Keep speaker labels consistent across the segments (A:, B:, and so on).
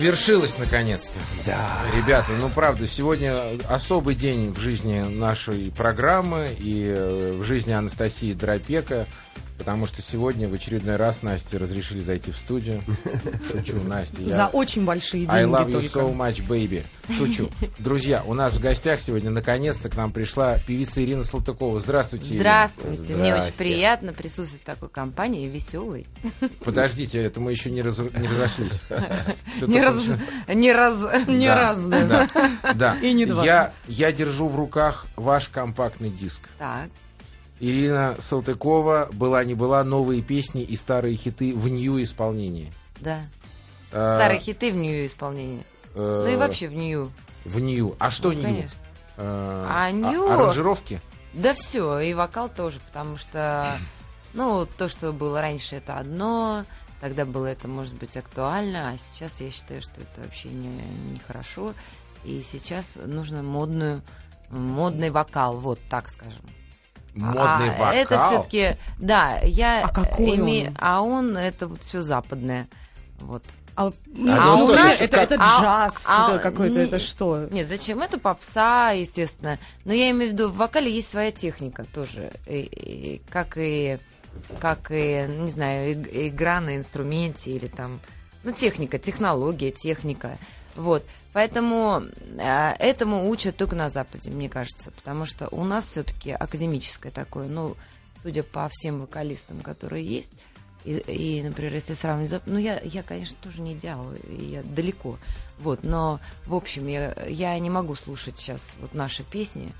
A: Свершилось наконец-то.
B: Да.
A: Ребята, ну правда, сегодня особый день в жизни нашей программы и э, в жизни Анастасии Дропека, потому что сегодня в очередной раз Насте разрешили зайти в студию. Шучу, Настя.
C: За
A: Я...
C: очень большие деньги
A: I love you
C: только.
A: so much, baby. Шучу. Друзья, у нас в гостях сегодня наконец-то к нам пришла певица Ирина Салтыкова. Здравствуйте, Ирина.
D: Здравствуйте. Мне очень
A: Здрасте.
D: приятно присутствовать в такой компании, веселой.
A: Подождите, это мы еще не, раз- не разошлись. Что-то
D: Не раз...
A: очень-
D: Не раз...
C: Не
A: Да,
C: раз, да.
A: да. Да.
C: И не два.
A: Я, я держу в руках ваш компактный диск.
D: Так.
A: Ирина Салтыкова «Была не была» новые песни и старые хиты в нью исполнении.
D: Да.
A: Э,
D: Старые хиты в нее исполнении.
A: э,
D: Ну и вообще в нее.
A: В нью. А что
D: Ну,
A: нью?
D: конечно.
A: Э,
D: А «Нью»?
A: Аранжировки?
D: Да все, и вокал тоже, потому что, ну, то, что было раньше, это одно, тогда было это, может быть, актуально, а сейчас я считаю, что это вообще не- нехорошо. и сейчас нужно модную, модный вокал, вот так скажем.
A: Модный
D: А
A: вокал?
D: Это все-таки, да, я
C: А какой он?
D: а он это вот все западное, вот.
C: А,
A: ну
C: а
A: что,
C: у нас
A: это
C: это,
D: как-
C: это
D: а-
C: джаз
D: а-
C: да, какой-то,
D: не-
C: это что?
D: Нет, зачем? Это попса, естественно. Но я имею в виду, в вокале есть своя техника тоже. И- и- как и, как и, не знаю, иг- игра на инструменте или там... Ну, техника, технология, техника. Вот. Поэтому э, этому учат только на Западе, мне кажется. Потому что у нас все-таки академическое такое. Ну, судя по всем вокалистам, которые есть, и, и, например, если сравнивать... зап- Ну, я, я, конечно, тоже не идеал, и я далеко. Вот, но, в общем, я, я не могу слушать сейчас вот наши песни.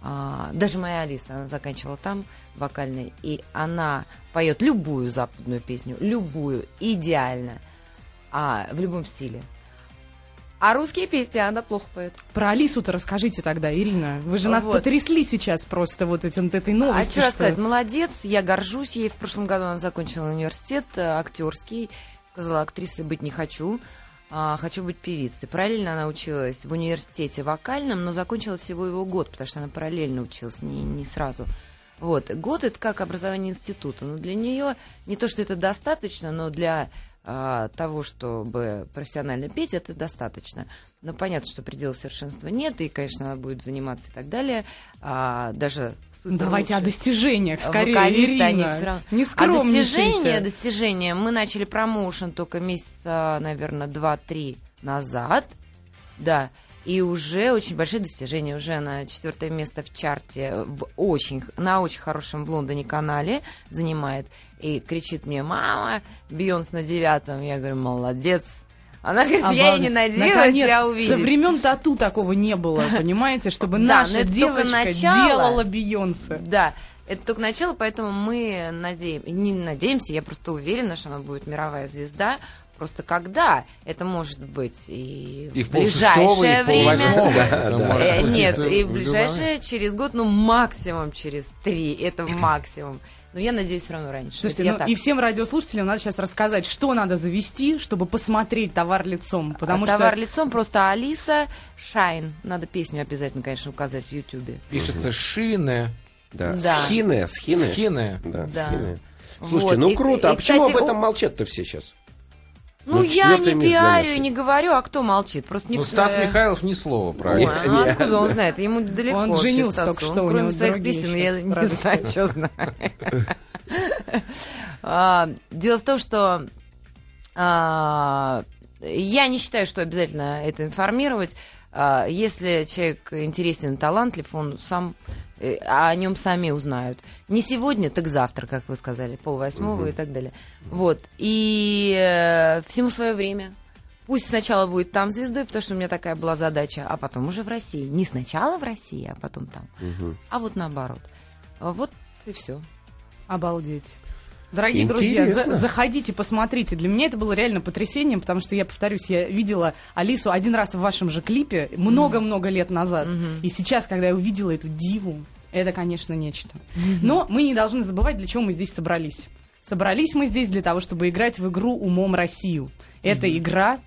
D: А, даже моя Алиса, она заканчивала там вокальный, и она поет любую западную песню, любую, идеально, а, в любом стиле. А русские песни она плохо поет.
C: Про Алису-то расскажите тогда, Ирина. Вы же нас
D: Вот.
C: потрясли сейчас просто вот этим, этой
D: А
C: новостью.
D: что рассказать? Молодец, я горжусь ей. В прошлом году она закончила университет э, актерский. Сказала, актрисой быть не хочу, а, хочу быть певицей. Параллельно она училась в университете вокальном, но закончила всего его год, потому что она параллельно училась, не, не сразу. Вот. Год это как образование института. Но для нее не то, что это достаточно, но для а, того, чтобы профессионально петь, это достаточно. Но понятно, что пределов совершенства нет, и, конечно, она будет заниматься и так далее. А, даже
C: Ну,
D: супер
C: Давайте о
D: лучшие
C: достижениях скорее,
D: вокалисты,
C: Ирина.
D: они всё равно-
C: Не
D: а
C: скромничайте.
D: достижения, достижения. Мы начали промоушен только месяца, наверное, два-три назад. Да. И уже очень большие достижения. Уже на четвертое место в чарте в очень, х- на очень хорошем в Лондоне канале занимает. И кричит мне, мама, Бейонс на девятом. Я говорю, молодец. Она говорит, я и не
C: Обалденно.
D: надеялась,
C: А Наконец,
D: я
C: Со
D: увидела.
C: времен тату такого не было, понимаете, чтобы
D: Да, но
C: наша
D: это только
C: девочка
D: начало.
C: делала Бейонсе.
D: Да, это только начало, поэтому мы надеемся, не надеемся, я просто уверена, что она будет мировая звезда. Просто когда это может быть и,
A: И в
D: в ближайшее
A: полшестого, и в
D: время.
A: полвосьмого. Это может
D: Э, Нет,
A: случиться
D: и в
A: любое
D: ближайшее через год, ну максимум через три, это максимум. Но я надеюсь все равно раньше.
C: Слушайте,
D: Это я
C: ну
D: так.
C: и всем радиослушателям надо сейчас рассказать, что надо завести, чтобы посмотреть товар лицом. Потому
D: А
C: что
D: товар лицом просто Алиса Шайн. Надо песню обязательно, конечно, указать в Ютубе.
A: Пишется шины.
B: Да.
D: Да.
B: Схины, схины.
A: Схины.
B: Да,
D: Да.
B: схины. Слушайте,
D: Вот,
B: ну
D: и-
B: круто.
D: и,
B: а почему
D: кстати,
B: об этом
D: у-
B: молчат-то все сейчас?
D: Ну, я
B: Ну,
D: не
B: четвёртое место для
D: пиарю,
B: нашей.
D: не говорю, а кто молчит? Просто
A: Ну,
D: никто-
A: Стас
D: э,
A: Михайлов ни слова про это.
D: Ой, ну откуда он знает? Ему далеко.
C: Он
D: вообще,
C: женился
D: Стасу.
C: только
D: Он,
C: что, у
D: кроме
C: него
D: своих
C: другие
D: песен,
C: сейчас
D: я не
C: радости.
D: знаю, что знаю. А, Дело в том, что а, я не считаю, что обязательно это информировать. А, Если человек интересен, и талантлив, он сам э, о нем сами узнают. Не сегодня, так завтра, как вы сказали, полвосьмого и так далее. Вот. И э, всему свое время. Пусть сначала будет там звездой, потому что у меня такая была задача, а потом уже в России. Не сначала в России, а потом там.
B: Мгм.
D: А вот наоборот. А Вот и все.
C: Обалдеть. Дорогие друзья,
B: Интересно.
C: за- заходите, посмотрите. Для меня это было реально потрясением, потому что я повторюсь, я видела Алису один раз в вашем же клипе много-много лет назад. И сейчас, когда я увидела эту диву, это, конечно, нечто. Но мы не должны забывать, для чего мы здесь собрались. Собрались мы здесь для того, чтобы играть в игру «Умом Россию». Это игра,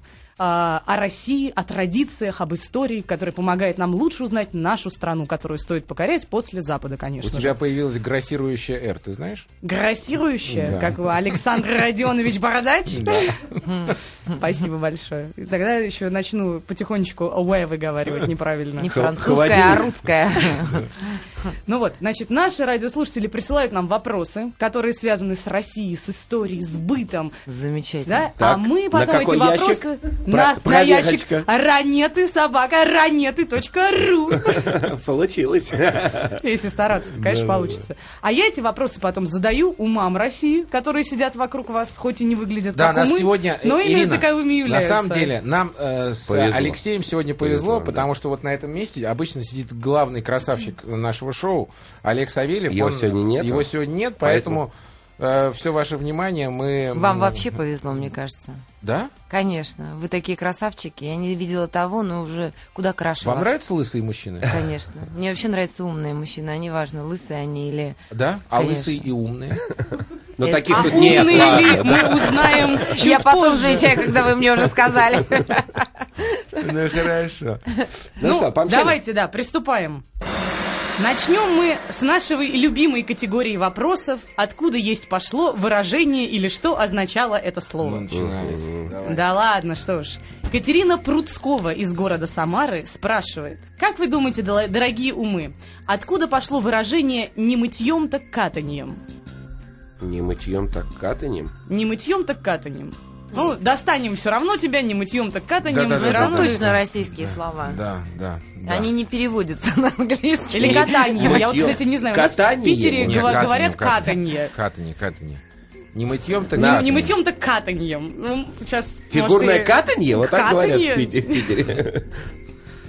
C: а, а, о России, о традициях, об истории, которая помогает нам лучше узнать нашу страну, которую стоит покорять после Запада,
A: У
C: конечно же.
A: тебя появилась грассирующая «Р», ты знаешь?
C: Грассирующая,
A: Да.
C: как вы, Александр Родионович Бородач.
A: Да.
C: Спасибо большое. И тогда еще начну потихонечку «away» выговаривать неправильно.
D: Не
A: Хо-
D: французская, а
A: холодильник.
D: русская.
C: Ну вот, значит, наши радиослушатели присылают нам вопросы, которые связаны с Россией, с историей, с бытом,
D: Замечательно.
C: Да?
B: Так,
C: а мы
B: на
C: потом эти
B: какой ящик?
C: вопросы
B: Про-
C: нас на
B: проверочка.
C: ящик ранеты собака ранеты.ру.
B: Получилось.
C: Ну, Если стараться, то, конечно, получится. А я эти вопросы потом задаю умам России, которые сидят вокруг вас, хоть и не выглядят
A: Да,
C: как
A: нас
C: умы,
A: сегодня, э,
C: но именно
A: Ирина,
C: таковыми
A: на
C: являются.
A: самом деле, нам э, с
B: Повезло.
A: Алексеем сегодня повезло,
B: Повезло, да.
A: потому что вот на этом месте обычно сидит главный красавчик нашего шоу, Олег Савельев.
B: Его
A: Он-
B: сегодня нет,
A: Его
B: а?
A: сегодня нет,
B: Поэтому-
A: поэтому, все ваше внимание мы...
D: Вам
A: м,
D: вообще повезло, мне кажется.
A: Да?
D: Конечно, вы такие красавчики. Я не видела того, но уже куда краше
A: Вам
D: вас.
A: нравятся лысые мужчины?
D: Конечно. Мне вообще нравятся умные мужчины. Они важны, лысые они или...
A: Да? А
D: Конечно.
A: лысые и умные?
B: Но
D: Э,
B: таких
C: А
B: тут нет.
C: умные ли
B: ладно, да.
C: мы узнаем чуть
D: Я потом
C: позже.
D: замечаю, когда вы мне уже сказали.
A: Ну, хорошо.
B: Ну что, помчали?
C: давайте, да, приступаем. Начнем мы с нашей любимой категории вопросов. Откуда есть пошло выражение или что означало это
A: Ну,
C: слово?
A: начинается. Давай.
C: Да ладно, что уж. Катерина Прудскова из города Самары спрашивает. Как вы думаете, дол- дорогие умы, откуда пошло выражение «не мытьем, так катаньем»?
B: Не мытьем, так катанем.
C: Не мытьем, так катаньем. Ну, достанем все равно тебя, не мытьем, так катаньем.
A: Да-да-да,
C: все
A: да-да.
C: равно.
D: Точно российские слова.
A: Да, да. да.
D: Они не переводятся на английский.
C: Или катаньем. Я вот,
B: Мытьем.
C: кстати, не знаю. у нас в
B: Катаньем.
C: Питере
A: Нет,
C: гова-
A: катаньем,
C: говорят
A: катаньем.
C: катанье.
A: Катанье, катанье. Не мытьем, так
B: Не-
C: Не
A: катаньем.
C: мытьем, так катаньем. Ну, сейчас,
B: Фигурное
C: может, и-
B: катанье? Вот так
C: Катанье?
B: говорят в Пите- в Питере.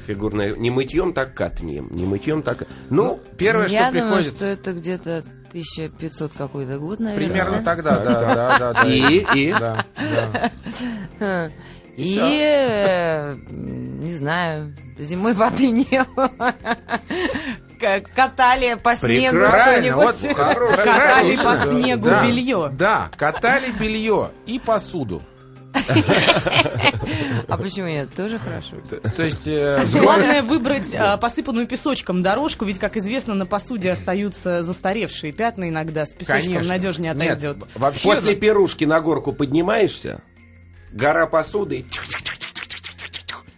B: Фигурное. Не мытьем, так катаньем. Не мытьем, так... Ну,
A: Первое,
D: Я
A: что
D: думаю,
A: приходит...
D: что это где-то 1500 какой-то год, наверное.
A: Примерно тогда, да, да, да, да.
B: И- и?
A: Да, да.
D: Ха.
A: И
D: И,
A: всё.
D: э, не знаю, зимой воды не было. Как Катали по снегу
A: Правильно, вот
D: что-нибудь.
A: хорош,
C: Катали
A: правильно.
C: ну, по снегу
A: Да,
C: белье.
A: Да, катали белье и посуду.
D: А почему нет? Тоже хорошо.
A: То есть э,
C: Главное выбрать э, посыпанную песочком дорожку, ведь, как известно, на посуде остаются застаревшие пятна иногда. С песочком
A: конечно.
C: надежнее
A: Нет,
C: отойдет.
A: Вообще,
B: после пирушки на горку поднимаешься, гора посуды, и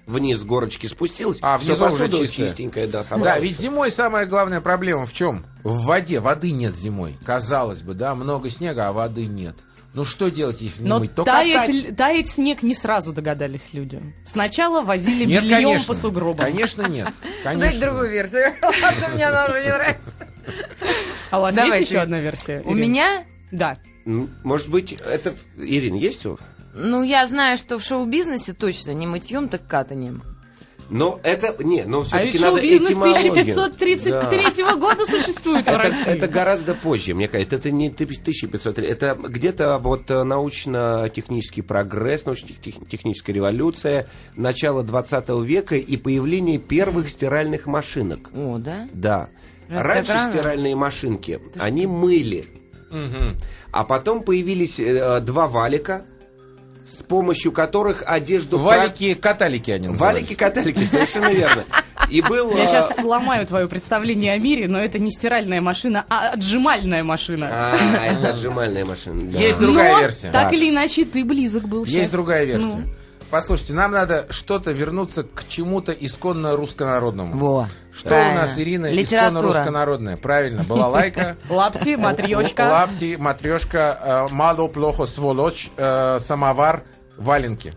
B: вниз с горочки спустилась,
A: А,
B: вся
A: внизу уже
B: посуда
A: чистая.
B: чистенькая, да, собралась.
A: да, ведь зимой самая главная проблема в чем? В воде. Воды нет зимой. Казалось бы, да, много снега, а воды нет. Ну что делать, если не
C: Но
A: мыть? То
C: таять,
A: катать.
C: л- таять снег не сразу догадались люди. Сначала возили
A: Нет,
C: бельем
A: конечно.
C: по сугробам.
A: Конечно, нет.
D: Дайте
A: Конечно.
D: другую версию. Ладно, мне она уже не нравится.
C: А у вас
D: Давайте.
C: есть еще одна версия?
D: У
C: Ирина?
D: меня,
C: Да.
B: М, Может быть, это... Ирин, есть у
D: ну, я знаю, что в шоу-бизнесе точно не мытьем, так катанием.
B: Но это... Не, но
C: А
B: все-таки
C: еще
B: надо
C: бизнес
B: этимологию.
C: 1533 года существует в
B: Это,
C: России.
B: это гораздо позже, мне кажется. Это не 1500, это где-то вот э, научно-технический прогресс, научно-техническая революция, начало 20 века и появление первых стиральных машинок.
D: О, да?
B: Да.
D: Раз
B: Раньше
D: так рано?
B: стиральные машинки, они мыли. А потом появились э, два валика, с помощью которых одежду... прав-
A: Валики-каталики они назывались.
B: Валики-каталики, совершенно верно. И был...
C: Я
B: э,
C: сейчас сломаю твое представление о мире, но это не стиральная машина, а отжимальная машина.
B: А, это отжимальная машина. да.
A: Есть другая
C: Но,
A: версия.
C: Так
B: Так.
C: или иначе, ты близок был
A: Есть
C: щас.
A: другая версия.
C: Ну.
A: Послушайте, нам надо что-то вернуться к чему-то исконно руссконародному.
D: Во.
A: Что у
D: Правильно.
A: нас, Ирина, исконно
D: Литература.
A: руссконародное? Правильно, балалайка.
C: Лапти,
A: л-
C: матрешка.
A: Лапти, матрешка, э, мало, плохо, сволочь, э, самовар, валенки.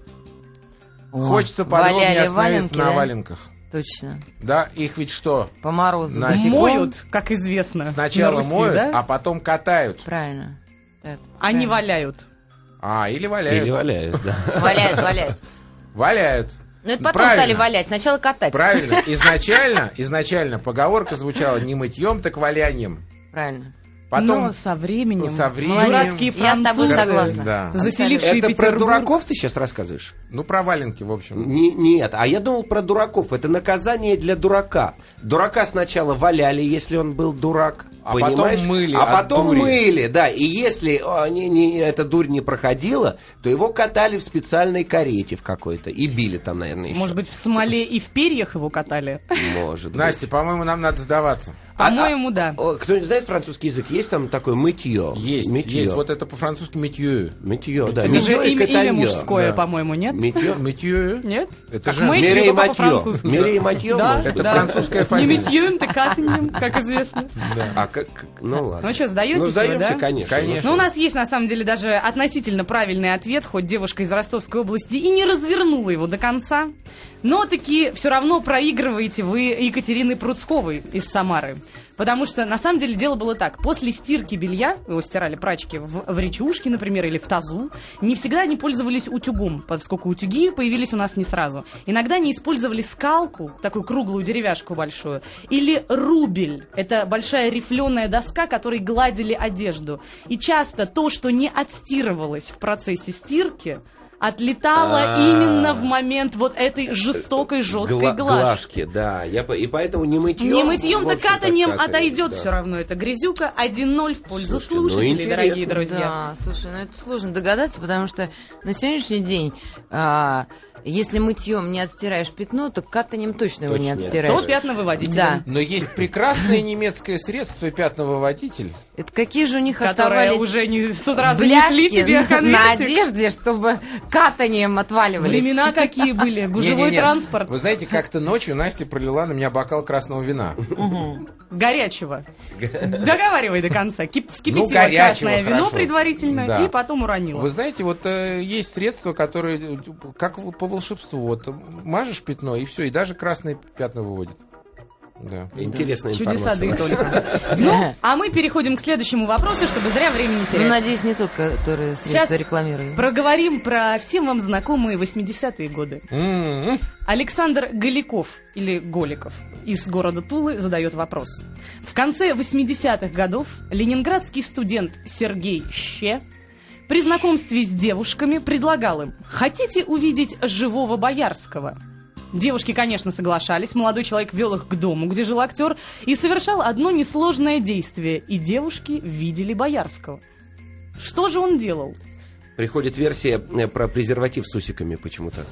D: О,
A: Хочется подробнее
D: валяли
A: остановиться
D: валенки,
A: на
D: да?
A: валенках.
D: Точно.
A: Да, их ведь что?
D: По морозу.
A: На-
D: босиком.
C: Моют, как известно. на
A: А Сначала
C: Руси,
A: моют,
C: да?
A: а потом катают.
D: Правильно. Так,
C: Они
D: правильно.
C: валяют.
A: А, или валяют.
B: Или валяют, да.
D: Валяют, валяют.
A: Валяют.
D: Ну, это
A: Ну,
D: потом стали
A: правильно.
D: валять. Сначала катать.
A: Правильно. Изначально, изначально поговорка звучала не мытьем, так валянием.
D: Правильно.
A: Потом
C: Но со временем.
A: со временем-
C: Дурацкие
D: Я с тобой
C: французы,
D: согласна.
A: Да.
C: заселившие
B: Это про
C: Петербург.
B: дураков ты сейчас рассказываешь?
A: Ну, про валенки, в общем.
B: Не- нет, а я думал про дураков. Это наказание для дурака. Дурака сначала валяли, если он был дурак.
A: А потом
B: понимаешь?
A: мыли
B: А
A: от
B: потом
A: дури.
B: мыли, да. И если о, не- не- эта дурь не проходила, то его катали в специальной карете в какой-то. И били там, наверное, еще.
C: Может быть, в смоле и в перьях его катали?
B: Может быть.
A: Настя, по-моему, нам надо сдаваться.
B: А-
C: По-моему, да.
B: О, Кто-нибудь знает французский язык? Есть там такое мытье?
A: Есть,
B: Мытье.
A: есть. Вот это по-французски метью.
B: Мытье, да.
C: Это
B: Мытье
C: же
B: и
C: имя, имя
B: катанье,
C: мужское,
B: да.
C: по-моему, нет?
B: Мытье.
A: Метью.
C: Нет?
A: Это
C: Как
A: женское.
C: мытье,
B: Мерей
C: только
B: Матье.
C: по-французски.
B: Мерей Матье,
C: Да,
B: может,
A: Это
C: да.
A: французская фамилия.
C: Не метьем, ты катанем, как известно.
B: А как, как- ну ладно.
C: Ну что, сдаетесь
B: Ну
C: вы,
B: сдаемся,
C: да?
B: конечно.
A: Конечно.
C: Ну, у нас есть, на самом деле, даже относительно правильный ответ, хоть девушка из Ростовской области и не развернула его до конца, но таки все равно проигрываете вы Екатерины Пруцковой из Самары. Потому что, на самом деле, дело было так. После стирки белья, его стирали прачки в, в речушке, например, или в тазу, не всегда они пользовались утюгом, поскольку утюги появились у нас не сразу. Иногда они использовали скалку, такую круглую деревяшку большую, или рубель. Это большая рифленая доска, которой гладили одежду. И часто то, что не отстирывалось в процессе стирки, отлетало
B: А. Э,
C: именно в момент вот этой жестокой, жесткой
B: Гла-
C: глажки.
B: глажки, да. Я, по- и поэтому не мытьем.
C: Не мытьем-то
B: в общем, так
C: катанием
B: катаем,
C: отойдет
B: да.
C: все равно. Это грязюка 1-0 в пользу
B: Слушайте, ну,
C: слушателей, дорогие
B: интересно.
C: друзья.
D: Да, слушай, ну это сложно догадаться, потому что на сегодняшний день, а, если мытьем не отстираешь пятно, то катанием точно его не
B: Точно.
D: отстираешь.
C: То пятновыводитель.
D: Да.
A: Но есть прекрасное немецкое средство пятновыводитель.
D: Это какие же у них
C: Которая
D: оставались
C: уже не, с утра занесли
D: бляшки
C: тебе
D: на
C: конвертик.
D: одежде, чтобы катанием отваливались?
C: Времена какие были, гужевой
A: Не-не-не.
C: транспорт,
A: Вы знаете, как-то ночью Настя пролила на меня бокал красного вина.
C: горячего. Договаривай до конца. Кип- Вскипятила
A: Ну, горячего,
C: красное вино
A: хорошо.
C: предварительно
A: Да.
C: и потом уронила.
A: Вы знаете, вот э, есть средства, которые э, как в- по волшебству. Вот э, мажешь пятно, и все, и даже красные пятна выводит. Да.
B: Интересная
C: Чудеса да и
B: информация.
C: только. Ну, а мы переходим к следующему вопросу, чтобы зря времени не
D: Ну,
C: терять.
D: надеюсь, не тот, который
C: Сейчас
D: средства рекламирует.
C: проговорим про всем вам знакомые 80-е годы.
A: М-м.
C: Александр Голиков, или Голиков, из города Тулы задает вопрос. В конце 80-х годов ленинградский студент Сергей Ще при знакомстве с девушками предлагал им «Хотите увидеть живого Боярского?» Девушки, конечно, соглашались. Молодой человек вел их к дому, где жил актер, и совершал одно несложное действие. И девушки видели Боярского. Что же он делал?
B: Приходит версия э, про презерватив с усиками почему-то.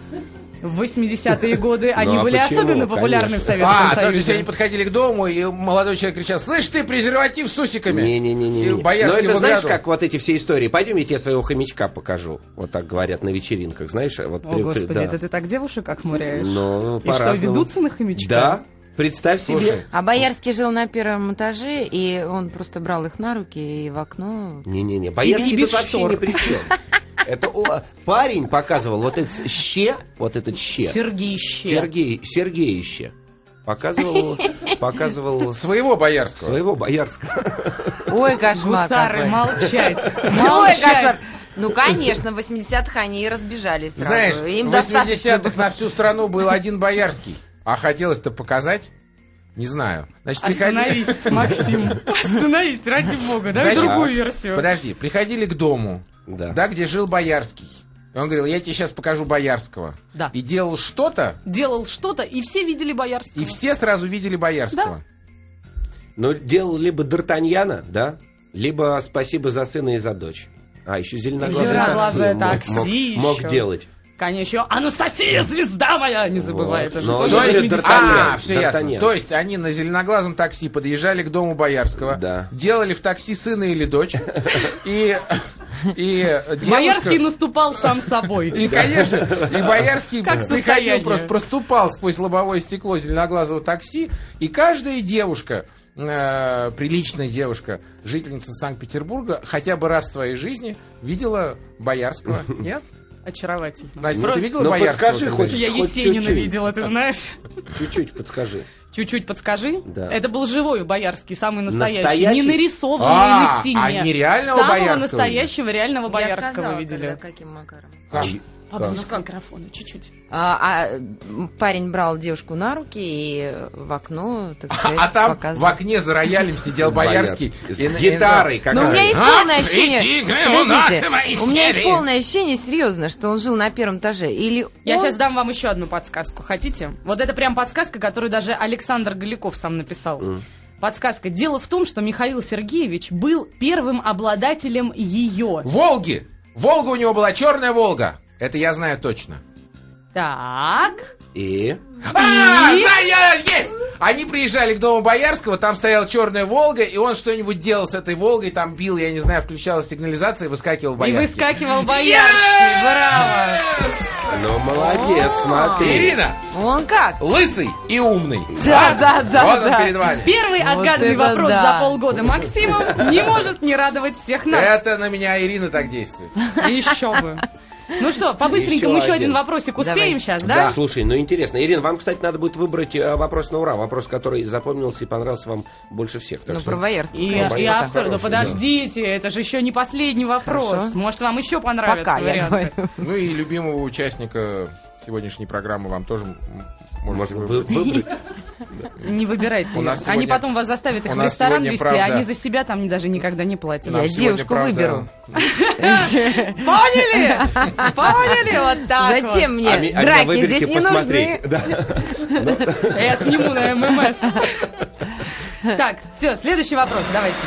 C: В 80-е годы они
B: а
C: были
B: почему?
C: особенно популярны в
B: Конечно.
C: Советском
A: А, то
C: Союзе.
A: есть они подходили к дому, и молодой человек кричал, слышь ты, презерватив с усиками.
B: Не-не-не-не.
A: И
C: Э,
B: Но
A: Боярский
B: Ну, это знаешь,
A: выглядывал.
B: как вот эти все истории. Пойдем, я тебе своего хомячка покажу. Вот так говорят на вечеринках, знаешь? Вот
C: О,
B: при- при-
C: господи,
B: да.
C: это ты так девушек охмуряешь?
B: Ну,
C: И что,
B: по-разному.
C: ведутся на хомячка?
B: Да. Представь себе.
A: Слушай,
D: А Боярский жил на первом этаже, и он просто брал их на руки и в окно.
B: Не-не-не, Боярский
C: И без
B: тут вообще
C: штор.
B: ни при чем. Это о, парень показывал вот этот ще, вот этот ще.
C: Сергей Щеп.
B: Сергей, Сергеище. Показывал, показывал
A: Своего боярского.
B: своего боярского.
D: Ой, кошмар
C: Гусары,
D: какой.
C: молчать.
D: Ой, кошмар.
C: Молчать.
D: Ну, конечно, в 80-х они и разбежались сразу.
A: Знаешь,
D: Им
A: в
D: достаточно
A: 80-х на всю страну был один боярский. А хотелось-то показать? Не знаю. Значит, приходили...
C: Остановись, Максим. Остановись, ради бога. Давай
A: Значит,
C: другую
A: а,
C: версию.
A: Подожди, приходили к дому,
B: Да.
A: да, где жил Боярский. И он говорил, я тебе сейчас покажу Боярского.
C: Да.
A: И делал что-то,
C: Делал что-то, и все видели Боярского.
A: и все сразу видели Боярского.
B: Но Ну, делал либо Д'Артаньяна, да, либо спасибо за сына и за дочь. А, еще зеленоглазое
C: Зеленоглазое
B: такси, мог-
C: такси
B: мог,
C: еще.
B: мог делать.
C: Конечно, еще Анастасия, звезда моя, не забывай.
B: Вот.
C: Это же
B: Но
C: тоже
A: То
B: Ну,
A: есть,
B: это Д'Артаньян.
A: а, все ясно.
B: Д'Артаньян.
A: То есть они на зеленоглазом такси подъезжали к дому Боярского,
B: Да.
A: делали в такси сына или дочь, и, и
C: Боярский
A: девушка...
C: наступал сам собой.
A: И, конечно, и Боярский
C: Как состояние.
A: приходил, просто проступал сквозь лобовое стекло зеленоглазого такси, и каждая девушка, э, приличная девушка, жительница Санкт-Петербурга, хотя бы раз в своей жизни видела Боярского. Нет?
C: Очаровательно.
A: Настя, ты видела
B: ну,
A: Боярского?
B: подскажи
A: когда-нибудь?
B: хоть.
C: Я
B: Хоть
C: Есенина
B: чуть-чуть.
C: видела, ты знаешь?
B: Чуть-чуть подскажи.
C: Чуть-чуть подскажи.
B: Да.
C: Это был живой Боярский, самый настоящий.
B: Настоящий?
C: Не нарисованный
A: А,
C: на стене.
A: а не реального
C: Самого
A: Боярского
C: настоящего реального
D: Я
C: Ну, Боярского
D: отказала
C: видели.
D: тогда, каким макаром.
A: Как?
C: Поближе к микрофону, чуть-чуть.
D: А, а, м, парень брал девушку на руки и в окно, так сказать,
A: А там
D: показывал.
A: в окне за роялем сидел э, Боярский.
B: С
A: И- и-
B: гитарой как
D: Но Ну, у меня есть
A: А,
D: полное
A: приди
D: ощущение.
A: к нему на
D: Подождите,
A: мои
D: у меня есть
A: серии.
D: полное ощущение, серьезно, что он жил на первом этаже. Или
C: Я
D: он-
C: сейчас дам вам еще одну подсказку. Хотите? Вот это прям подсказка, которую даже Александр Голиков сам написал. Подсказка. Дело в том, что Михаил Сергеевич был первым обладателем ее.
A: Волги! Волга у него была, черная Волга. Это я знаю точно.
C: Так.
B: И?
A: А, знаю, я- есть! Они приезжали к дому Боярского, там стояла черная Волга, и он что-нибудь делал с этой Волгой, там бил, я не знаю, включалась сигнализация и выскакивал
C: И
A: Боярский.
C: выскакивал Боярский. Браво.
B: Ну, молодец, смотри.
A: Ирина,
D: Он как?
A: лысый и умный. А?
D: Да, да, да,
A: Вот он
D: да.
A: перед вами.
C: Первый
D: Вот
C: отгаданный
D: это
C: вопрос
D: да.
C: за полгода Максимов не может не радовать всех нас.
A: Это на меня Ирина так действует.
C: Еще бы. Ну что, по-быстренькому
B: Еще
C: еще один
B: один.
C: вопросик успеем
D: Давай.
C: сейчас,
B: Да,
C: да?
B: слушай, ну интересно. Ирина, вам, кстати, надо будет выбрать э, вопрос на ура. Вопрос, который запомнился и понравился вам больше всех. Так
D: Ну,
B: что-
D: про Боярского,
C: И,
D: конечно.
C: и автор,
B: Хороший,
C: да
B: да.
C: подождите, это же еще не последний вопрос.
D: Хорошо.
C: Может, вам еще понравится
D: Пока, я
C: варианты?
D: говорю.
A: Ну и любимого участника сегодняшней программы вам тоже м, можете
B: Может, вы-
A: выбрать.
B: выбрать?
C: Не выбирайте.
A: У нас
C: Они
A: сегодня-
C: потом вас заставят их
A: у
C: в
A: нас
C: ресторан
A: сегодня
C: вести,
A: правда-
C: а они за себя там даже никогда не платят.
A: Нам
D: Я
A: сегодня,
D: девушку
A: правда,
D: выберу.
C: Поняли? Поняли? Вот так вот.
D: Зачем
B: А
D: мне?
B: ми- а меня
D: Драки
B: выберите
D: здесь не нужны.
B: посмотреть. Да.
C: Я сниму на ММС. Так, все, следующий вопрос, давайте.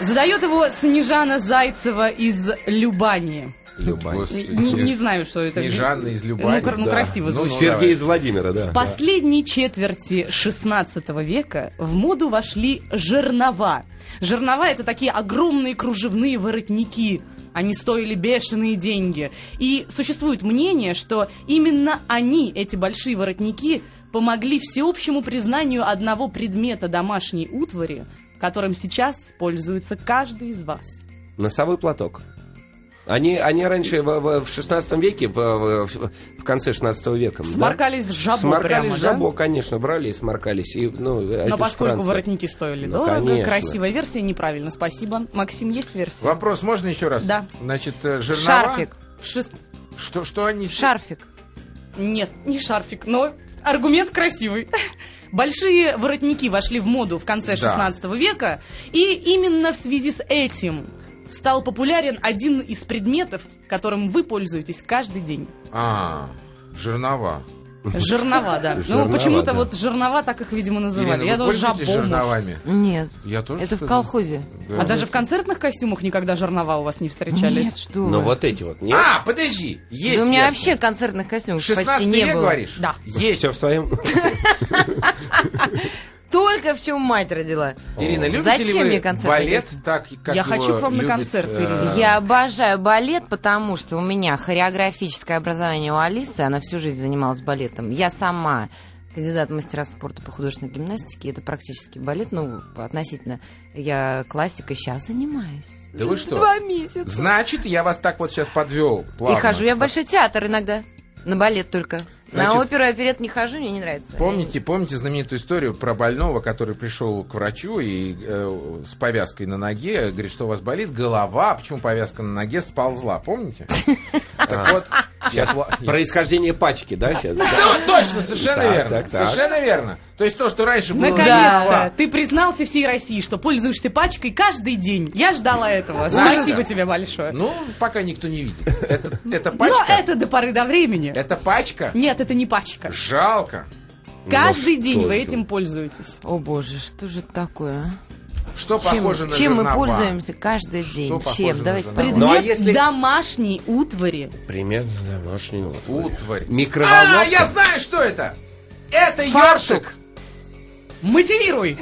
C: Задает его Снежана Зайцева из Любани.
B: Любая.
A: Господи.
C: Не, не знаю, что это.
A: Снежана из Любани.
C: Ну, кра- ну,
A: да.
C: красиво
A: Ну,
C: звучит.
A: ну,
B: Сергей
A: давай.
B: из Владимира, да.
C: В последней четверти 16 века в моду вошли жернова. Жернова это такие огромные кружевные воротники. Они стоили бешеные деньги. И существует мнение, что именно они, эти большие воротники, помогли всеобщему признанию одного предмета домашней утвари, которым сейчас пользуется каждый из вас.
B: Носовой платок. Они, они раньше в, в- в 16 веке, в, в- в- в конце 16 века... да?
C: Сморкались в жабо
B: Сморкались
C: прямо,
B: в
C: да?
B: жабо, конечно, брали и сморкались. И, ну, это
C: Но
B: ж
C: поскольку
B: Франция.
C: воротники стоили
B: Ну,
C: дорого,
B: конечно.
C: красивая версия неправильно. Спасибо. Максим, есть версия?
A: Вопрос можно еще раз?
C: Да.
A: Значит, э, жернова.
D: Шарфик.
C: В шест-
A: Что, что они...
D: Шарфик.
C: Нет, не шарфик, но аргумент красивый. Большие воротники вошли в моду в конце
A: Да.
C: 16 века, и именно в связи с этим стал популярен один из предметов, которым вы пользуетесь каждый день.
A: А, жернова.
C: Жернова, да.
B: Жернова,
C: ну, почему-то
B: да.
C: вот жернова так их, видимо,
A: Ирина,
C: называли. Я
A: вы
C: думаю,
A: пользуетесь
C: жабо,
A: жерновами?
D: Нет.
A: Я тоже.
D: Это в
A: что-то-
D: колхозе.
A: Да.
C: может. А даже в концертных костюмах никогда жернова у вас не
D: Нет,
C: встречались?
D: что
B: Ну,
D: вы.
B: вот эти вот, нет?
A: А, подожди, есть.
D: Да у меня
A: я
D: вообще
A: что.
D: концертных
C: ну,
D: костюмов почти
A: 16
D: не
A: век,
D: было.
A: говоришь?
C: Да.
A: Есть.
B: Все в своем...
D: Только в чем мать родила.
A: Ирина,
B: О.
A: любите
D: Зачем
A: ли
D: мне
A: вы
D: концерт
A: балет
D: интересно?
A: так, как
C: Я
A: его
C: хочу к вам на
A: любит,
C: концерт,
A: э,
C: Ирина.
D: Я обожаю балет, потому что у меня хореографическое образование у Алисы, она всю жизнь занималась балетом. Я сама кандидат в мастера спорта по художественной гимнастике, это практически балет, ну, относительно я классикой сейчас занимаюсь.
A: Да вы что?
D: Два месяца.
A: Значит, я вас так вот сейчас подвел.
D: И хожу я в Большой театр иногда, на балет только.
A: Значит-
D: на оперу и оперет не хожу, мне не нравится.
A: Помните, помните знаменитую историю про больного, который пришел к врачу и э, с повязкой на ноге говорит, что у вас болит голова, а почему повязка на ноге сползла, помните? Так вот, я пла- я-
B: Происхождение пачки, да, сейчас?
A: Да, точно, совершенно
B: Так,
A: верно,
B: так, так.
A: совершенно верно. То есть то, что раньше было,
C: Ну, Наконец-то!
A: голова.
C: Ты признался всей России, что пользуешься пачкой каждый день. Я ждала этого.
A: Знаешь,
C: Спасибо
A: да.
C: тебе большое.
A: Ну, пока никто не видит. Это, это
C: Но
A: пачка?
C: это до поры до времени.
A: Это пачка?
C: Нет, это не пачка.
A: Жалко. Ну
C: Каждый день
B: что
C: вы
B: это?
C: этим пользуетесь.
D: О боже, что же это такое? а?
A: Что похоже
D: Чем,
A: на
D: чем мы
A: жернова?
D: пользуемся каждый день?
A: похоже
D: Чем?
A: на
D: Давайте
A: жернова?
D: придумаем.
C: Предмет
B: Ну, а если-
C: домашней утвари.
B: Примерно домашний утварь.
A: Утварь.
B: Микроволновка.
A: А, я знаю, что это! Это ёршик!
C: Мотивируй!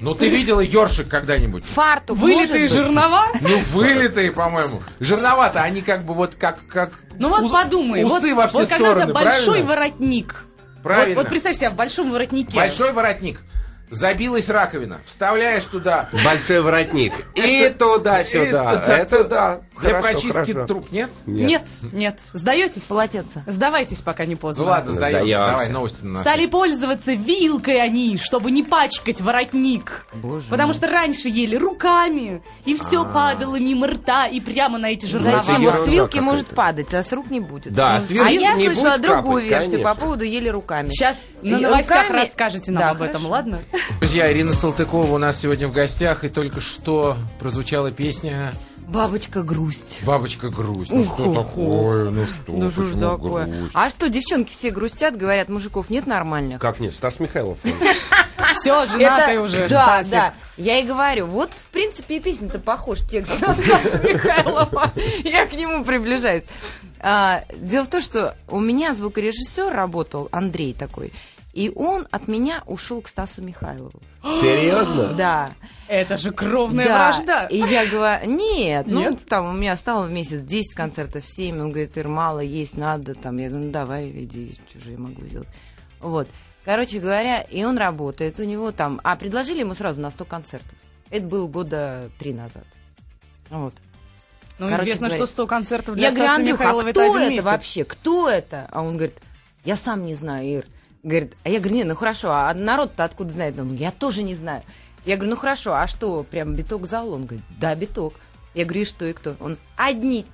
A: Ну, ты видела ёршик когда-нибудь?
D: Фартук
C: Вылитые
D: может быть?
C: жернова?
A: Ну, вылитые, по-моему. Жирновато, они как бы вот как... как
C: Ну вот
A: уз-
C: подумай, вот,
A: Усы во все
C: вот когда у тебя
A: стороны,
C: большой
A: правильно?
C: воротник.
A: Правильно.
C: Вот, вот представь себя в большом воротнике.
A: Большой воротник. Забилась раковина. Вставляешь туда.
B: Большой воротник. И туда-сюда.
A: И-
B: Это да.
A: Для
B: Хорошо,
A: прочистки
B: хорошо.
A: труб, нет?
C: Нет, нет. Сдаетесь?
D: Полотенце.
C: Сдавайтесь, пока не поздно.
A: Ну ладно, сдаемся.
B: Сдаёмся.
A: Давай новости на нас.
C: Стали пользоваться вилкой они, чтобы не пачкать воротник.
D: Боже
C: Потому
D: мой.
C: что раньше ели руками, и все
A: А.
C: падало мимо рта и прямо на эти жернова.
D: Зачем?
B: это
D: Вот с
B: ерунда
D: вилки
B: какая-то.
D: может падать, а с рук не будет.
B: Да, с
D: А
B: вилки
D: я
B: не будет
D: слышала другую
B: капать,
D: версию
B: конечно.
D: по поводу ели руками.
C: Сейчас на
D: И
C: новостях
D: руками-
C: расскажете нам
D: Да,
C: об этом,
D: хорошо.
C: ладно?
A: Друзья, Ирина Салтыкова у нас сегодня в гостях. И только что прозвучала песня
D: Бабочка грусть.
A: «Бабочка грусть». Ну что такое? Ну что?
D: Ну что ж
A: почему
D: такое?
A: грусть?
D: А что, девчонки все грустят, говорят, мужиков нет нормальных.
B: Как нет, Стас Михайлов.
C: Все, женатая уже.
D: Да,
C: Стасик.
D: да. Я и говорю, вот, в принципе, и песня-то похож, текст на Стаса Михайлова. Я к нему приближаюсь. А, дело в том, что у меня звукорежиссер работал, Андрей такой, и он от меня ушел к Стасу Михайлову.
B: Серьезно?
D: Да.
C: Это же кровная
D: Да.
C: вражда.
D: И я говорю, нет, ну
C: Нет?
D: там у меня стало в месяц 10 концертов, 7. Он говорит, Ир, мало есть, надо там. Я говорю, ну давай, иди, чужие могу сделать. Вот. Короче говоря, и он работает, у него там... А предложили ему сразу на 100 концертов. Это было года три назад. Вот.
C: Ну,
D: Короче
C: известно,
D: говоря,
C: что 100 концертов для
D: Я говорю,
C: Стаса
D: Андрюха,
C: Михайлова
D: а
C: это
D: кто
C: один
D: это
C: месяц.
D: вообще? Кто это? А он говорит, я сам не знаю, Ир. Говорит, а я говорю, не, ну хорошо, а народ-то откуда знает? Он, я тоже не знаю. Я говорю, ну хорошо, а что, прям биток зал? Он говорит, да, биток. Я говорю, и что, и кто? Он, одни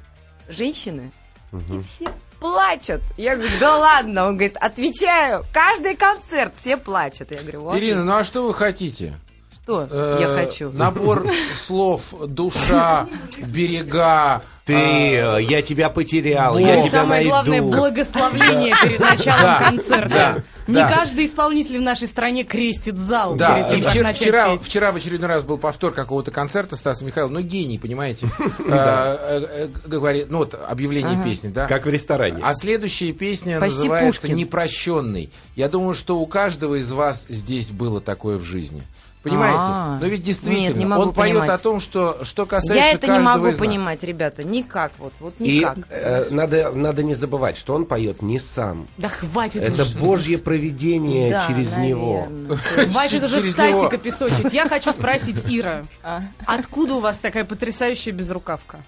D: женщины, и все плачут. Я говорю, да ладно. Он говорит, отвечаю, каждый концерт все плачут. Я говорю, вот
A: Ирина, ну а что вы хотите?
D: что
A: Э,
D: я хочу.
A: Набор слов душа, берега.
B: Ты, э, я тебя потерял,
A: А. Бог.
B: я
C: И
B: тебя
C: самое
B: найду.
C: главное, благословление перед началом
A: Да,
C: концерта.
A: да,
C: Не
A: да.
C: каждый исполнитель в нашей стране крестит зал
A: Да,
C: перед тем,
A: и
C: как
A: вчера,
C: начать
A: вчера,
C: петь.
A: вчера в очередной раз был повтор какого-то концерта Стаса Михайлова, ну гений, понимаете, Э, э, э, говорит, ну вот объявление песни, да.
B: Как в ресторане.
A: А следующая песня
D: Почти
A: называется
D: Пушкин.
A: «Непрощенный». Я думаю, что у каждого из вас здесь было такое в жизни. Понимаете?
D: А,
A: Но ведь
D: нет, не
A: действительно,
D: могу
A: он поет
D: понимать.
A: о том, что, что касается
D: Я это не
A: каждого
D: могу
A: из нас.
D: понимать, ребята, никак вот, вот
B: И
D: никак.
B: э, надо, надо не забывать, что он поет не сам.
C: Да хватит
B: Это
C: уже.
B: божье провидение
D: Да,
B: через него.
D: наверное.
C: Хватит уже
A: Через
C: Стасика
A: него.
C: песочить. Я хочу спросить, Ира,
D: А.
C: откуда у вас такая потрясающая безрукавка?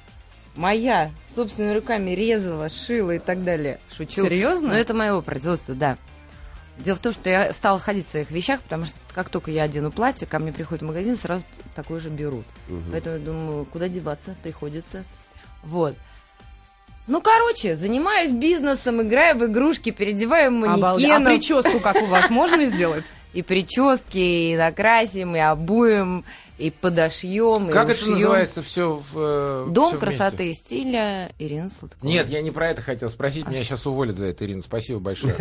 D: Моя, собственными руками резала, шила и так далее. Шучу.
C: Серьезно?
D: Но Ну, это моего производства, да. Дело в том, что я стала ходить в своих вещах, потому что как только я одену платье, ко мне приходит в магазин, сразу такое же берут. Поэтому я думаю, куда деваться, приходится. Вот. Ну, короче, занимаюсь бизнесом, играю в игрушки, переодеваю
C: Обалдеть. А
D: Ну, манекеном.
C: прическу как у вас можно сделать?
D: И прически, и накрасим, и обуем, и подошьем, и
A: Как это
D: ушьем.
A: называется все в... э,
D: Дом
A: всё вместе?
D: красоты и стиля Ирина Сладкова.
A: Нет, я не про это хотел спросить. Меня сейчас уволят за это, Ирина. Спасибо большое.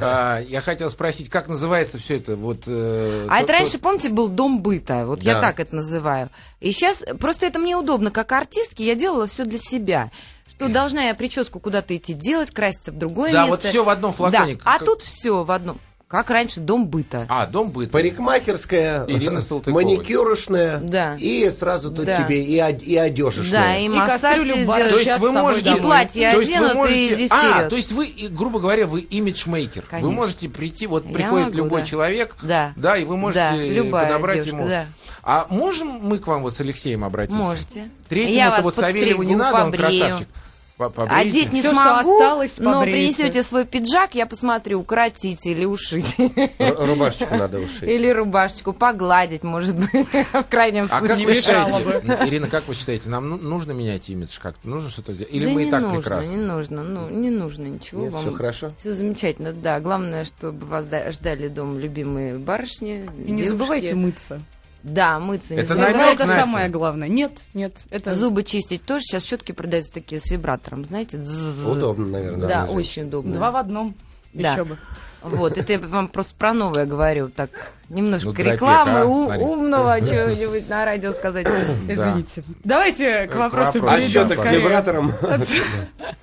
A: А, Я хотел спросить, как называется все это? Вот, э,
D: А
A: то-
D: это
A: то-
D: раньше, помните, был дом быта. Вот
A: Да.
D: я так это называю. И сейчас просто это мне удобно. Как артистке я делала все для себя. Что должна я прическу куда-то идти делать, краситься в другое
A: Да, вот
D: место.
A: все в одном флаконе.
D: Да. А
A: Как-
D: тут все в одном. Как раньше дом быта.
A: А, дом быта.
B: Парикмахерская,
A: Ирина Салтыкова.
B: маникюршная,
D: Да.
B: и сразу тут
D: Да.
B: тебе и, од- и
D: да,
B: одежешная.
D: и
C: И
D: массаж
C: кастрюлю
D: тебе
C: в бар.
A: То
D: сделать.
A: есть
C: Сейчас
A: вы
C: самой
A: можете...
C: домой.
D: И платье
A: то есть вы
D: оденут, и
A: можете...
D: иди
A: А,
D: вперед.
A: то есть вы, и, грубо говоря, вы имиджмейкер. Вы
D: Конечно.
A: можете прийти, вот
D: Я
A: приходит
D: могу,
A: любой
D: да.
A: человек,
D: Да.
A: да, и вы можете
D: Да, любая
A: подобрать
D: девушка,
A: ему.
D: да.
A: А можем мы к вам вот с Алексеем обратиться?
D: Можете. Я
A: Третьему-то
D: вас
A: вот Савельеву не
D: подстригу,
A: надо, он
D: побрею.
A: красавчик. По- побреете?
D: Одеть не
C: Всё, что
D: смогу,
C: осталось,
D: но
C: побреете.
D: принесете свой пиджак, я посмотрю, укоротить или ушить.
B: Р- Рубашечку надо ушить.
D: Или рубашечку погладить, может быть, в крайнем
A: А как
D: случае.
A: вы
C: мешало
A: считаете, Ирина, как вы считаете, нам ну- нужно менять имидж как-то? Нужно что-то делать? Или
D: да
A: мы
D: не
A: и так
D: нужно,
A: прекрасно?
D: не нужно, ну, не нужно ничего
B: Нет,
D: вам.
B: всё хорошо.
D: Все замечательно, да. Главное, чтобы вас да- ждали дома любимые барышни.
C: И не забывайте мыться.
D: Да, мыться не
A: Это
D: забывайте.
A: намёк,
C: это
A: Настя?
C: самое главное. Нет, нет, это
D: Зубы чистить тоже. Сейчас щетки продаются такие с вибратором, знаете? дзз.
B: Удобно, наверное.
D: Да,
B: даже.
D: очень удобно.
C: два в одном.
D: Да.
C: Еще бы.
D: Вот, это я вам просто про новое говорю. Так, немножко
A: Ну, дропек,
D: рекламы
A: а,
D: у-
A: смотри.
D: умного чего-нибудь на радио сказать.
A: Да.
C: Извините. Давайте к
A: К
C: вопросу
A: вопросу,
B: А
A: Идём
B: чё
C: перейдем
B: так с
A: скорее.
B: вибратором?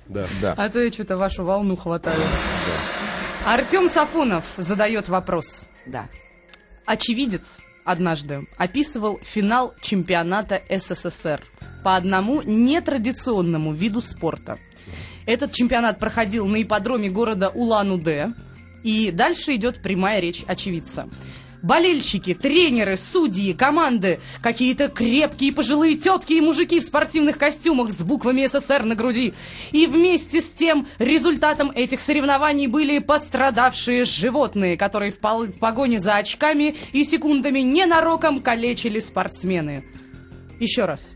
B: Да.
A: Да.
C: А то я что-то вашу волну хватаю. Артем Сафонов задает вопрос.
D: Да.
C: Очевидец однажды описывал финал чемпионата СССР по одному нетрадиционному виду спорта. Этот чемпионат проходил на ипподроме города Улан-Удэ. И дальше идет прямая речь очевидца. Болельщики, тренеры, судьи, команды, какие-то крепкие пожилые тетки и мужики в спортивных костюмах с буквами СССР на груди. И вместе с тем результатом этих соревнований были пострадавшие животные, которые в пол- в погоне за очками и секундами ненароком калечили спортсмены. Еще раз.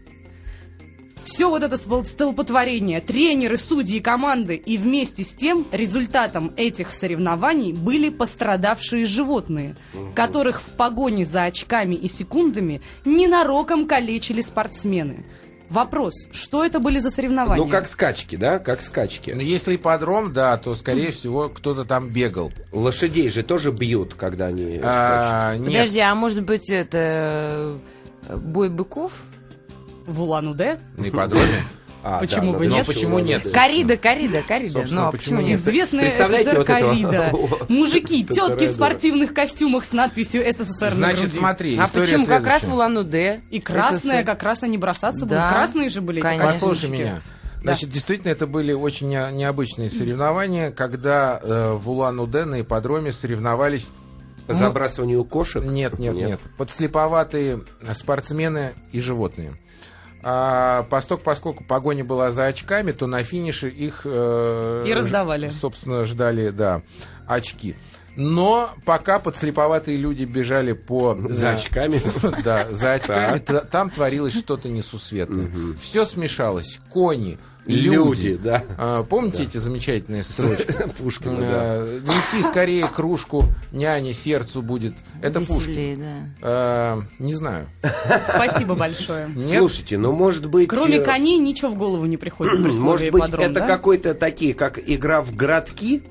C: Все вот это стол- столпотворение, тренеры, судьи, команды и вместе с тем результатом этих соревнований были пострадавшие животные, которых в погоне за очками и секундами ненароком калечили спортсмены. Вопрос, что это были за соревнования?
B: Ну, как скачки, да? Как скачки.
A: Ну, если ипподром, да, то, скорее всего, кто-то там бегал.
B: Лошадей же тоже бьют, когда они скачут.
A: А, нет,
D: Подожди, а может быть это э, бой быков?
C: В Улан-Удэ?
A: на ипподроме.
B: А,
C: почему
B: да,
C: бы
B: ну,
C: нет?
A: Почему нет?
D: Корида, корида, корида.
A: Собственно,
D: Ну, а
A: почему
D: почему
A: нет?
D: нет?
C: Известная
B: Представляете
C: СССР
B: вот этого?
C: коррида. Мужики,
B: Это
C: тетки в
B: коридор.
C: спортивных костюмах с надписью СССР на
A: Значит,
C: груди.
A: смотри,
D: А
A: история
D: почему как раз в
A: следующая.
D: Улан-Удэ?
C: И красные как раз они бросаться
D: Да.
C: будут. Красные же были эти
D: Конечно.
C: костюмчики.
A: Послушай меня.
C: Да.
A: Значит, действительно, это были очень не- необычные соревнования, когда э, в Улан-Удэ на ипподроме соревновались
B: По забрасыванию кошек?
A: Нет, нет,
B: Нет.
A: нет. Подслеповатые спортсмены и животные. А посток, поскольку погоня была за очками, то на финише их... э,
C: И раздавали.
A: ж- Собственно, ждали, да, очки. Но пока подслеповатые люди бежали по...
B: За
A: э,
B: очками?
A: Да, за очками. т- Там творилось что-то несусветное. Все смешалось. Кони, люди.
B: Люди, да.
A: А, Помните эти замечательные строчки?
B: Пушкина, да.
A: Э, Неси скорее кружку, няне сердцу будет. Это Пушкин.
D: Веселее, да.
A: Э, не знаю.
C: Спасибо большое.
A: Нет?
B: Слушайте, ну, может быть...
C: Кроме
B: э,
C: коней ничего в голову не приходит при слове
B: Может быть,
C: ипподром,
B: это
C: да?
B: какой-то такие, как игра в городки,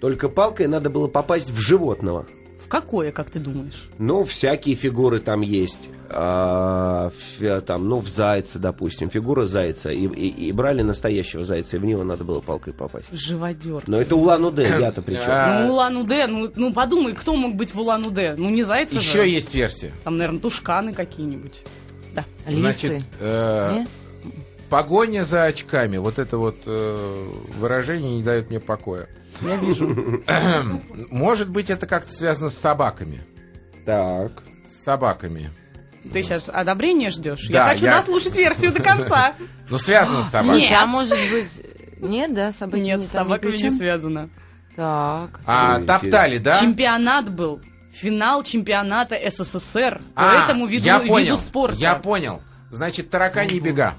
B: только палкой надо было попасть в животного.
C: В какое, как ты думаешь?
B: Ну, всякие фигуры там есть. А, ф- а, там, ну, в зайца, допустим, фигура зайца. И, и- и брали настоящего зайца, и в него надо было палкой попасть.
C: Живодер.
B: Но это Улан-Удэ, я-то причем.
A: А,
C: Ну, Улан-Удэ, ну, ну подумай, кто мог быть в Улан-Удэ? Ну, не зайцы
A: Еще
C: же.
A: есть версия.
C: Там, наверное, тушканы какие-нибудь. Да.
D: Лисы.
A: Значит, э,
D: Нет?
A: погоня за очками. Вот это вот э, выражение не дает мне покоя.
C: Я вижу.
A: Может быть, это как-то связано с собаками.
B: Так.
A: С собаками.
C: Ты сейчас одобрение ждешь?
A: Да,
C: я хочу
A: я-
C: дослушать версию до конца.
A: Ну, связано с собаками.
D: Слушай, а может быть... Нет, да, собаки
C: Нет,
D: не-
C: с
D: там не
C: собаками не
D: причём?
C: связано.
D: Так.
A: А топтали, да?
C: Чемпионат был. Финал чемпионата СССР по
A: А,
C: этому виду,
A: я
C: виду
A: понял,
C: спорта.
A: Я понял. Значит, таракани бега.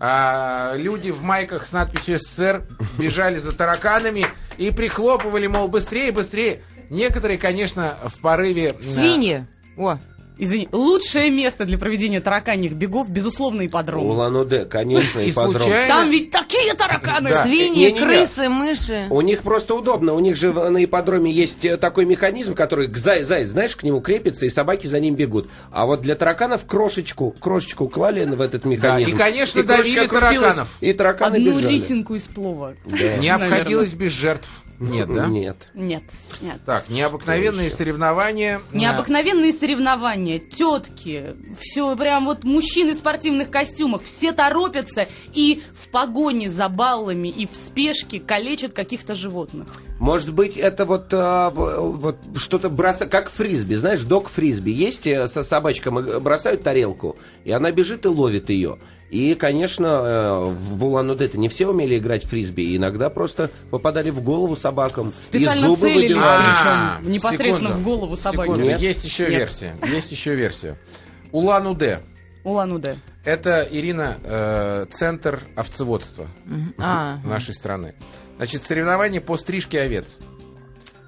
A: А, люди в майках с надписью СССР бежали за тараканами и прихлопывали, мол, быстрее, быстрее. Некоторые, конечно, в порыве... э,
D: Свиньи. О,
C: Извини, лучшее место для проведения тараканьих бегов, безусловно, ипподром.
B: Улан-Удэ, конечно,
A: И
B: и подром.
A: случайно...
C: Там ведь такие тараканы!
A: Да.
D: свиньи,
B: Не-не-не.
D: крысы, мыши.
B: У них просто удобно. У них же в- на ипподроме есть э, такой механизм, который к зай- заяц, знаешь, к нему крепится, и собаки за ним бегут. А вот для тараканов крошечку, крошечку клали в этот механизм.
A: и, конечно,
B: крошечка
A: давили
B: крутилась,
A: тараканов.
B: И тараканы
C: Одну
B: бежали.
C: рисинку из плова.
A: Не
C: Наверное.
A: обходилось без жертв. Нет, да?
B: Нет.
C: Нет, нет.
A: Так, необыкновенные соревнования.
C: Необыкновенные соревнования, тетки, все прям вот мужчины в спортивных костюмах, все торопятся и в погоне за баллами, и в спешке калечат каких-то животных.
B: Может быть, это вот, а, в- вот что-то бросать, как фрисби, знаешь, док фрисби. Есть э, со собачкам э, бросают тарелку, и она бежит и ловит ее. И, конечно, э, в Улан-Удэ это не все умели играть в фрисби, и иногда просто попадали в голову собакам, и
C: Специально
B: зубы
C: целились,
B: выбивали.
A: А,
C: причем непосредственно
A: секунду,
C: в голову собаки.
A: секунду.
B: Нет.
A: Есть еще
C: Нет.
A: версия. Есть еще версия. Улан-Удэ.
C: Улан-Удэ.
A: Это, Ирина, э, центр овцеводства
D: А,
A: нашей страны. Значит, соревнования по стрижке овец.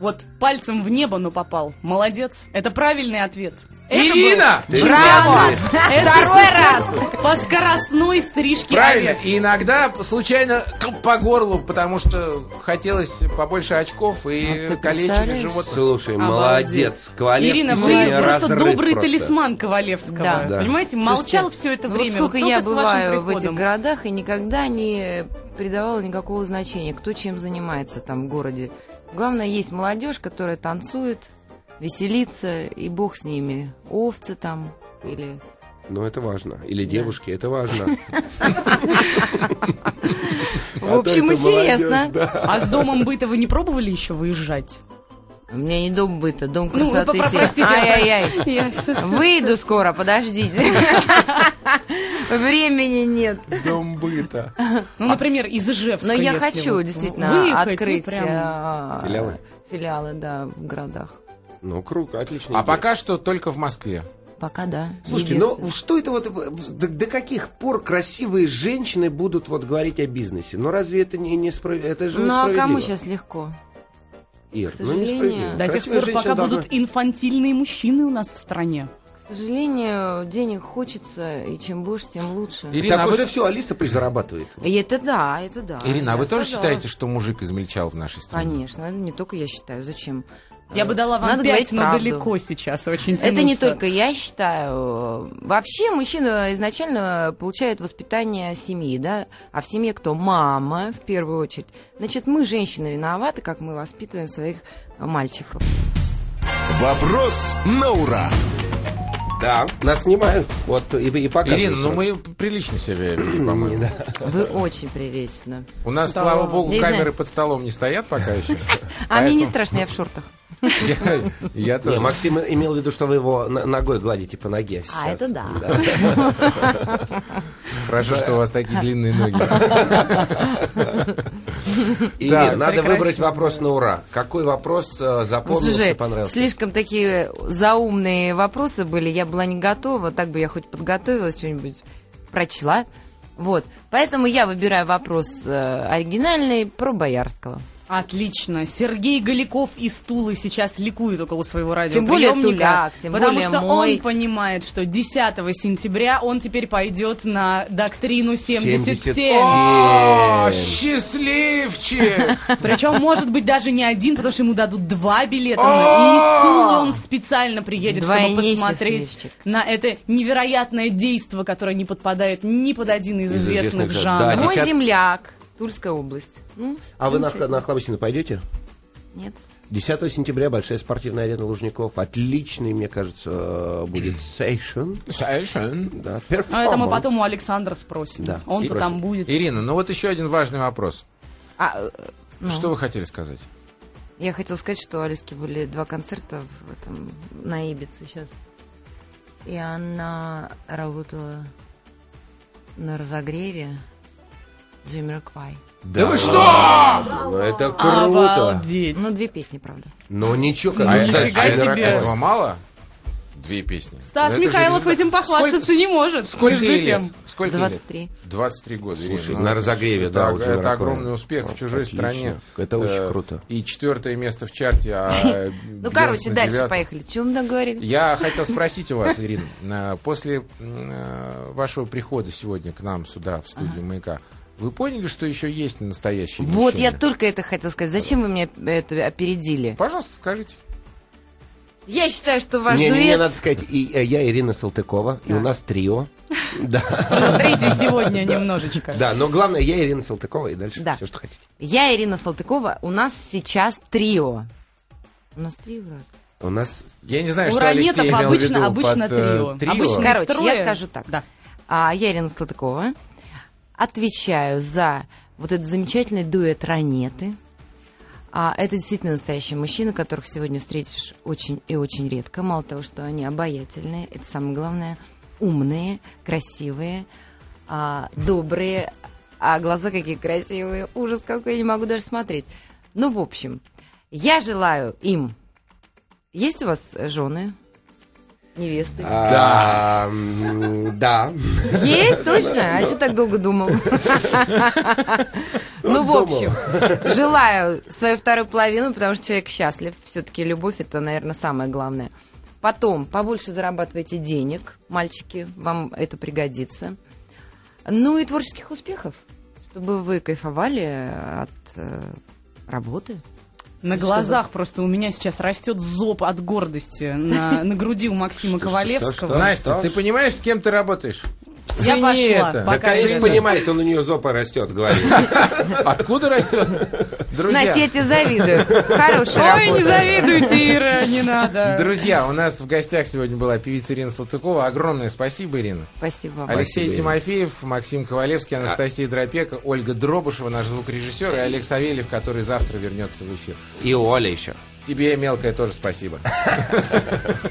C: Вот пальцем в небо, но попал. Молодец. Это правильный ответ. Это
A: Ирина!
C: был
D: Браво!
C: чемпионат
D: Второй
C: СССР по скоростной стрижке
A: Правильно.
C: овец.
A: И иногда случайно к- по горлу, потому что хотелось побольше очков и
D: А ты
A: калечили
D: представляешь?
A: животных.
C: А.
B: Слушай,
C: Обалдеть.
B: молодец, Ковалевский
C: Ирина,
B: сегодня
C: вы просто
B: разрыв
C: добрый
B: просто.
C: талисман Ковалевского.
D: Да.
B: Да.
C: Понимаете, молчал все это
D: ну
C: время.
D: Вот сколько
C: только
D: я
C: с вашим
D: бываю в этих
C: приходом.
D: городах и никогда не придавала никакого значения, кто чем занимается там в городе. Главное, есть молодежь, которая танцует, веселится, и бог с ними. Овцы там или...
B: Ну, это важно. Или девушки, это важно. А
D: В общем, интересно.
C: А с домом быта вы не пробовали еще выезжать?
D: У меня не дом быта, дом
C: Ну, вы
D: красоты.
C: попро-
D: сейчас.
C: простите,
D: Ай-яй-яй.
C: Я всё-
D: Выйду скоро, подождите. Времени нет.
A: Дом быта.
C: Ну, например, из Ижевска.
D: Но я
C: если
D: хочу
C: вот
D: действительно
C: выехать,
D: открыть
C: ну, прям.
D: а,
B: Филиалы?
D: Филиалы, да, в городах.
B: Ну, круг, отлично.
A: А пока что только в Москве.
D: Пока да.
B: Слушайте, ну
D: Единственное.
B: что это вот в- до, до каких пор красивые женщины будут вот говорить о бизнесе? Ну разве это не несправедливо? Это же
D: Ну а
B: несправедливо.
D: кому сейчас легко?
B: Ир,
D: к
B: ну
D: сожалению.
B: несправедливо.
C: До тех
B: Красивая
C: пор,
B: женщина
C: пока
B: должна-
C: будут инфантильные мужчины у нас в стране.
D: К сожалению, денег хочется, и чем больше, тем лучше.
A: Ирина, а
B: так
A: вы-
B: уже все, Алиса пусть зарабатывает.
D: И это да, это да.
A: Ирина, а вы
D: Я
A: тоже
D: сказала.
A: считаете, что мужик измельчал в нашей стране?
D: Конечно, это не только я считаю. Зачем?
C: Я бы дала вам
D: Надо
C: пять,
D: говорить
C: но
D: правду.
C: далеко сейчас очень
D: Это не
C: тянуться.
D: только я считаю. Вообще мужчина изначально получает воспитание семьи, да? А в семье кто? Мама, в первую очередь. Значит, мы, женщины, виноваты, как мы воспитываем своих э, мальчиков.
E: Вопрос на ура!
B: Да, нас снимают. Вот и, и показывают
A: Ирина, ну
B: сразу.
A: мы прилично себя вели, по-моему.
D: Вы очень прилично.
A: У нас,
C: Да
A: слава
C: ладно.
A: богу,
D: Не знаю.
A: камеры под столом не стоят пока еще.
D: А мне не
A: Поэтому
D: страшно, я в шортах.
A: я- Я
B: Не,
A: тоже.
B: Максим имел в виду, что вы его н- ногой гладите по ноге сейчас.
D: это да.
A: Хорошо, что у вас такие длинные ноги.
B: И
A: Так.
B: надо
C: Прекрасно.
B: выбрать вопрос на ура. Какой вопрос э, запомнился,
D: Слушай,
B: понравился?
D: слишком такие заумные вопросы были, я была не готова, так бы я хоть подготовилась, что-нибудь прочла. Вот, поэтому я выбираю вопрос э, оригинальный про Боярского.
C: Отлично. Сергей Голиков из Тулы сейчас ликует около своего радио.
D: более Туляк, тем
C: потому
D: более
C: что
D: мой.
C: он понимает, что 10 сентября он теперь пойдет на доктрину 77.
B: 77.
A: О, счастливчик!
C: Причем, может быть, даже не один, потому что ему дадут два билета. И из Тулы он специально приедет, чтобы
D: Двойне
C: посмотреть
D: счастливчик.
C: на это невероятное действо, которое не подпадает ни под один из
B: Из
C: известных
B: известных жанров. Да,
C: жанров.
D: Мой
B: десят-
D: земляк, Тульская область. Ну,
B: А вы на,
D: замечательно.
B: на Хлобыстина пойдете?
D: Нет.
B: 10 сентября большая спортивная арена Лужников. Отличный, мне кажется, э, будет сейшн.
A: Совершенно.
B: Да,
C: Но А это мы
B: перформанс.
C: потом у Александра спросим.
B: Да,
C: Он-то
B: спросим.
C: там будет.
A: Ирина, ну вот еще один важный вопрос.
D: А, э, ну,
A: Что вы хотели сказать?
D: Я хотела сказать, что у Алиски были два концерта в этом, на Ибице сейчас. И она работала на разогреве Джимироквай.
A: Да вы что?
B: Ну, это круто.
C: Обалдеть.
D: Ну, две песни, правда.
B: Ну, ничего, как
A: А
B: ну,
A: это-
B: знаете,
A: а это-
B: Джейн
C: себе.
B: Ракетова.
A: этого мало? Две песни.
C: Стас
A: Ну, это же
C: Михайлов
A: результат.
C: этим похвастаться
A: Сколько-
C: не может.
A: Сколько
C: между
A: ей
C: тем.
A: лет? Сколько ей лет?
D: 23.
A: 23 года.
B: Слушай,
A: Ирина, Ну,
B: на
A: это
B: разогреве,
A: же
B: да,
A: так,
B: у Джима
A: Это
B: Ракова.
A: огромный успех в чужой
B: Отлично.
A: стране. Э,
B: Это очень круто.
A: И четвертое место в чарте. а
D: Ну,
A: Бёрнс
D: короче,
A: на
D: дальше
A: девятом.
D: поехали. Чем мы договорились?
A: Я хотел спросить у вас, Ирина, э, после э, вашего прихода сегодня к нам сюда, в студию «Маяка», вы поняли, что еще есть настоящий
D: Вот, я
A: мужчина?
D: только это хотела сказать. Зачем вы меня э, это опередили?
A: Пожалуйста, скажите.
D: Я считаю, что ваш
B: не, не, не,
D: дуэт...
B: надо сказать, и, э, я Ирина Салтыкова, и у нас трио. Да,
C: Смотрите сегодня немножечко.
B: да, но главное, я Ирина Салтыкова, и дальше
D: Да.
B: все, что хотите.
D: Я Ирина Салтыкова. У нас сейчас трио. У нас трио вроде.
B: У нас
A: Я не знаю,
C: У
A: что Алексей
C: ранетов
A: имел в виду
C: обычно, обычно
A: под, э,
C: трио.
A: трио.
C: Обычно их
D: Короче,
C: трое.
D: я скажу так.
C: Да.
D: А, я Ирина Салтыкова. Отвечаю за вот этот замечательный дуэт «Ранеты». А, это действительно настоящие мужчины, которых сегодня встретишь очень и очень редко. Мало того, что они обаятельные, это самое главное, умные, красивые, а, добрые, а глаза какие красивые, ужас какой, я не могу даже смотреть. Ну, в общем, я желаю им... Есть у вас жены, невесты?
B: Да. а, Да.
D: Есть, точно? А что так долго думал? Ну, в общем, желаю свою вторую половину, потому что человек счастлив. Все-таки любовь это, наверное, самое главное. Потом, побольше зарабатывайте денег, мальчики, вам это пригодится. Ну и творческих успехов, чтобы вы кайфовали от э, работы.
C: На
D: Что
C: глазах просто у меня сейчас растет зоб от гордости на, на груди у Максима Ковалевского.
A: Настя, ты понимаешь, с кем ты работаешь?
C: Я
A: Цени
C: пошла,
A: это.
B: Да,
C: пока.
B: конечно,
A: Ирина.
B: а понимает, он у нее зопа растет, говорит.
A: Откуда растет? Друзья,
D: Настя, я тебе завидую. Хорошая
C: Ой, не
D: работа.
C: завидуйте, Ира, не надо.
A: друзья, у нас в гостях сегодня была певица Ирина Салтыкова. Огромное спасибо, Ирина.
C: А
D: Спасибо.
A: Алексей
B: Спасибо,
A: Тимофеев, Максим Ковалевский, Анастасия Дропека, Ольга Дробышева, наш звукорежиссер, и Олег Савельев, который завтра вернется в эфир.
B: И Оля еще.
A: Тебе, мелкая, тоже спасибо.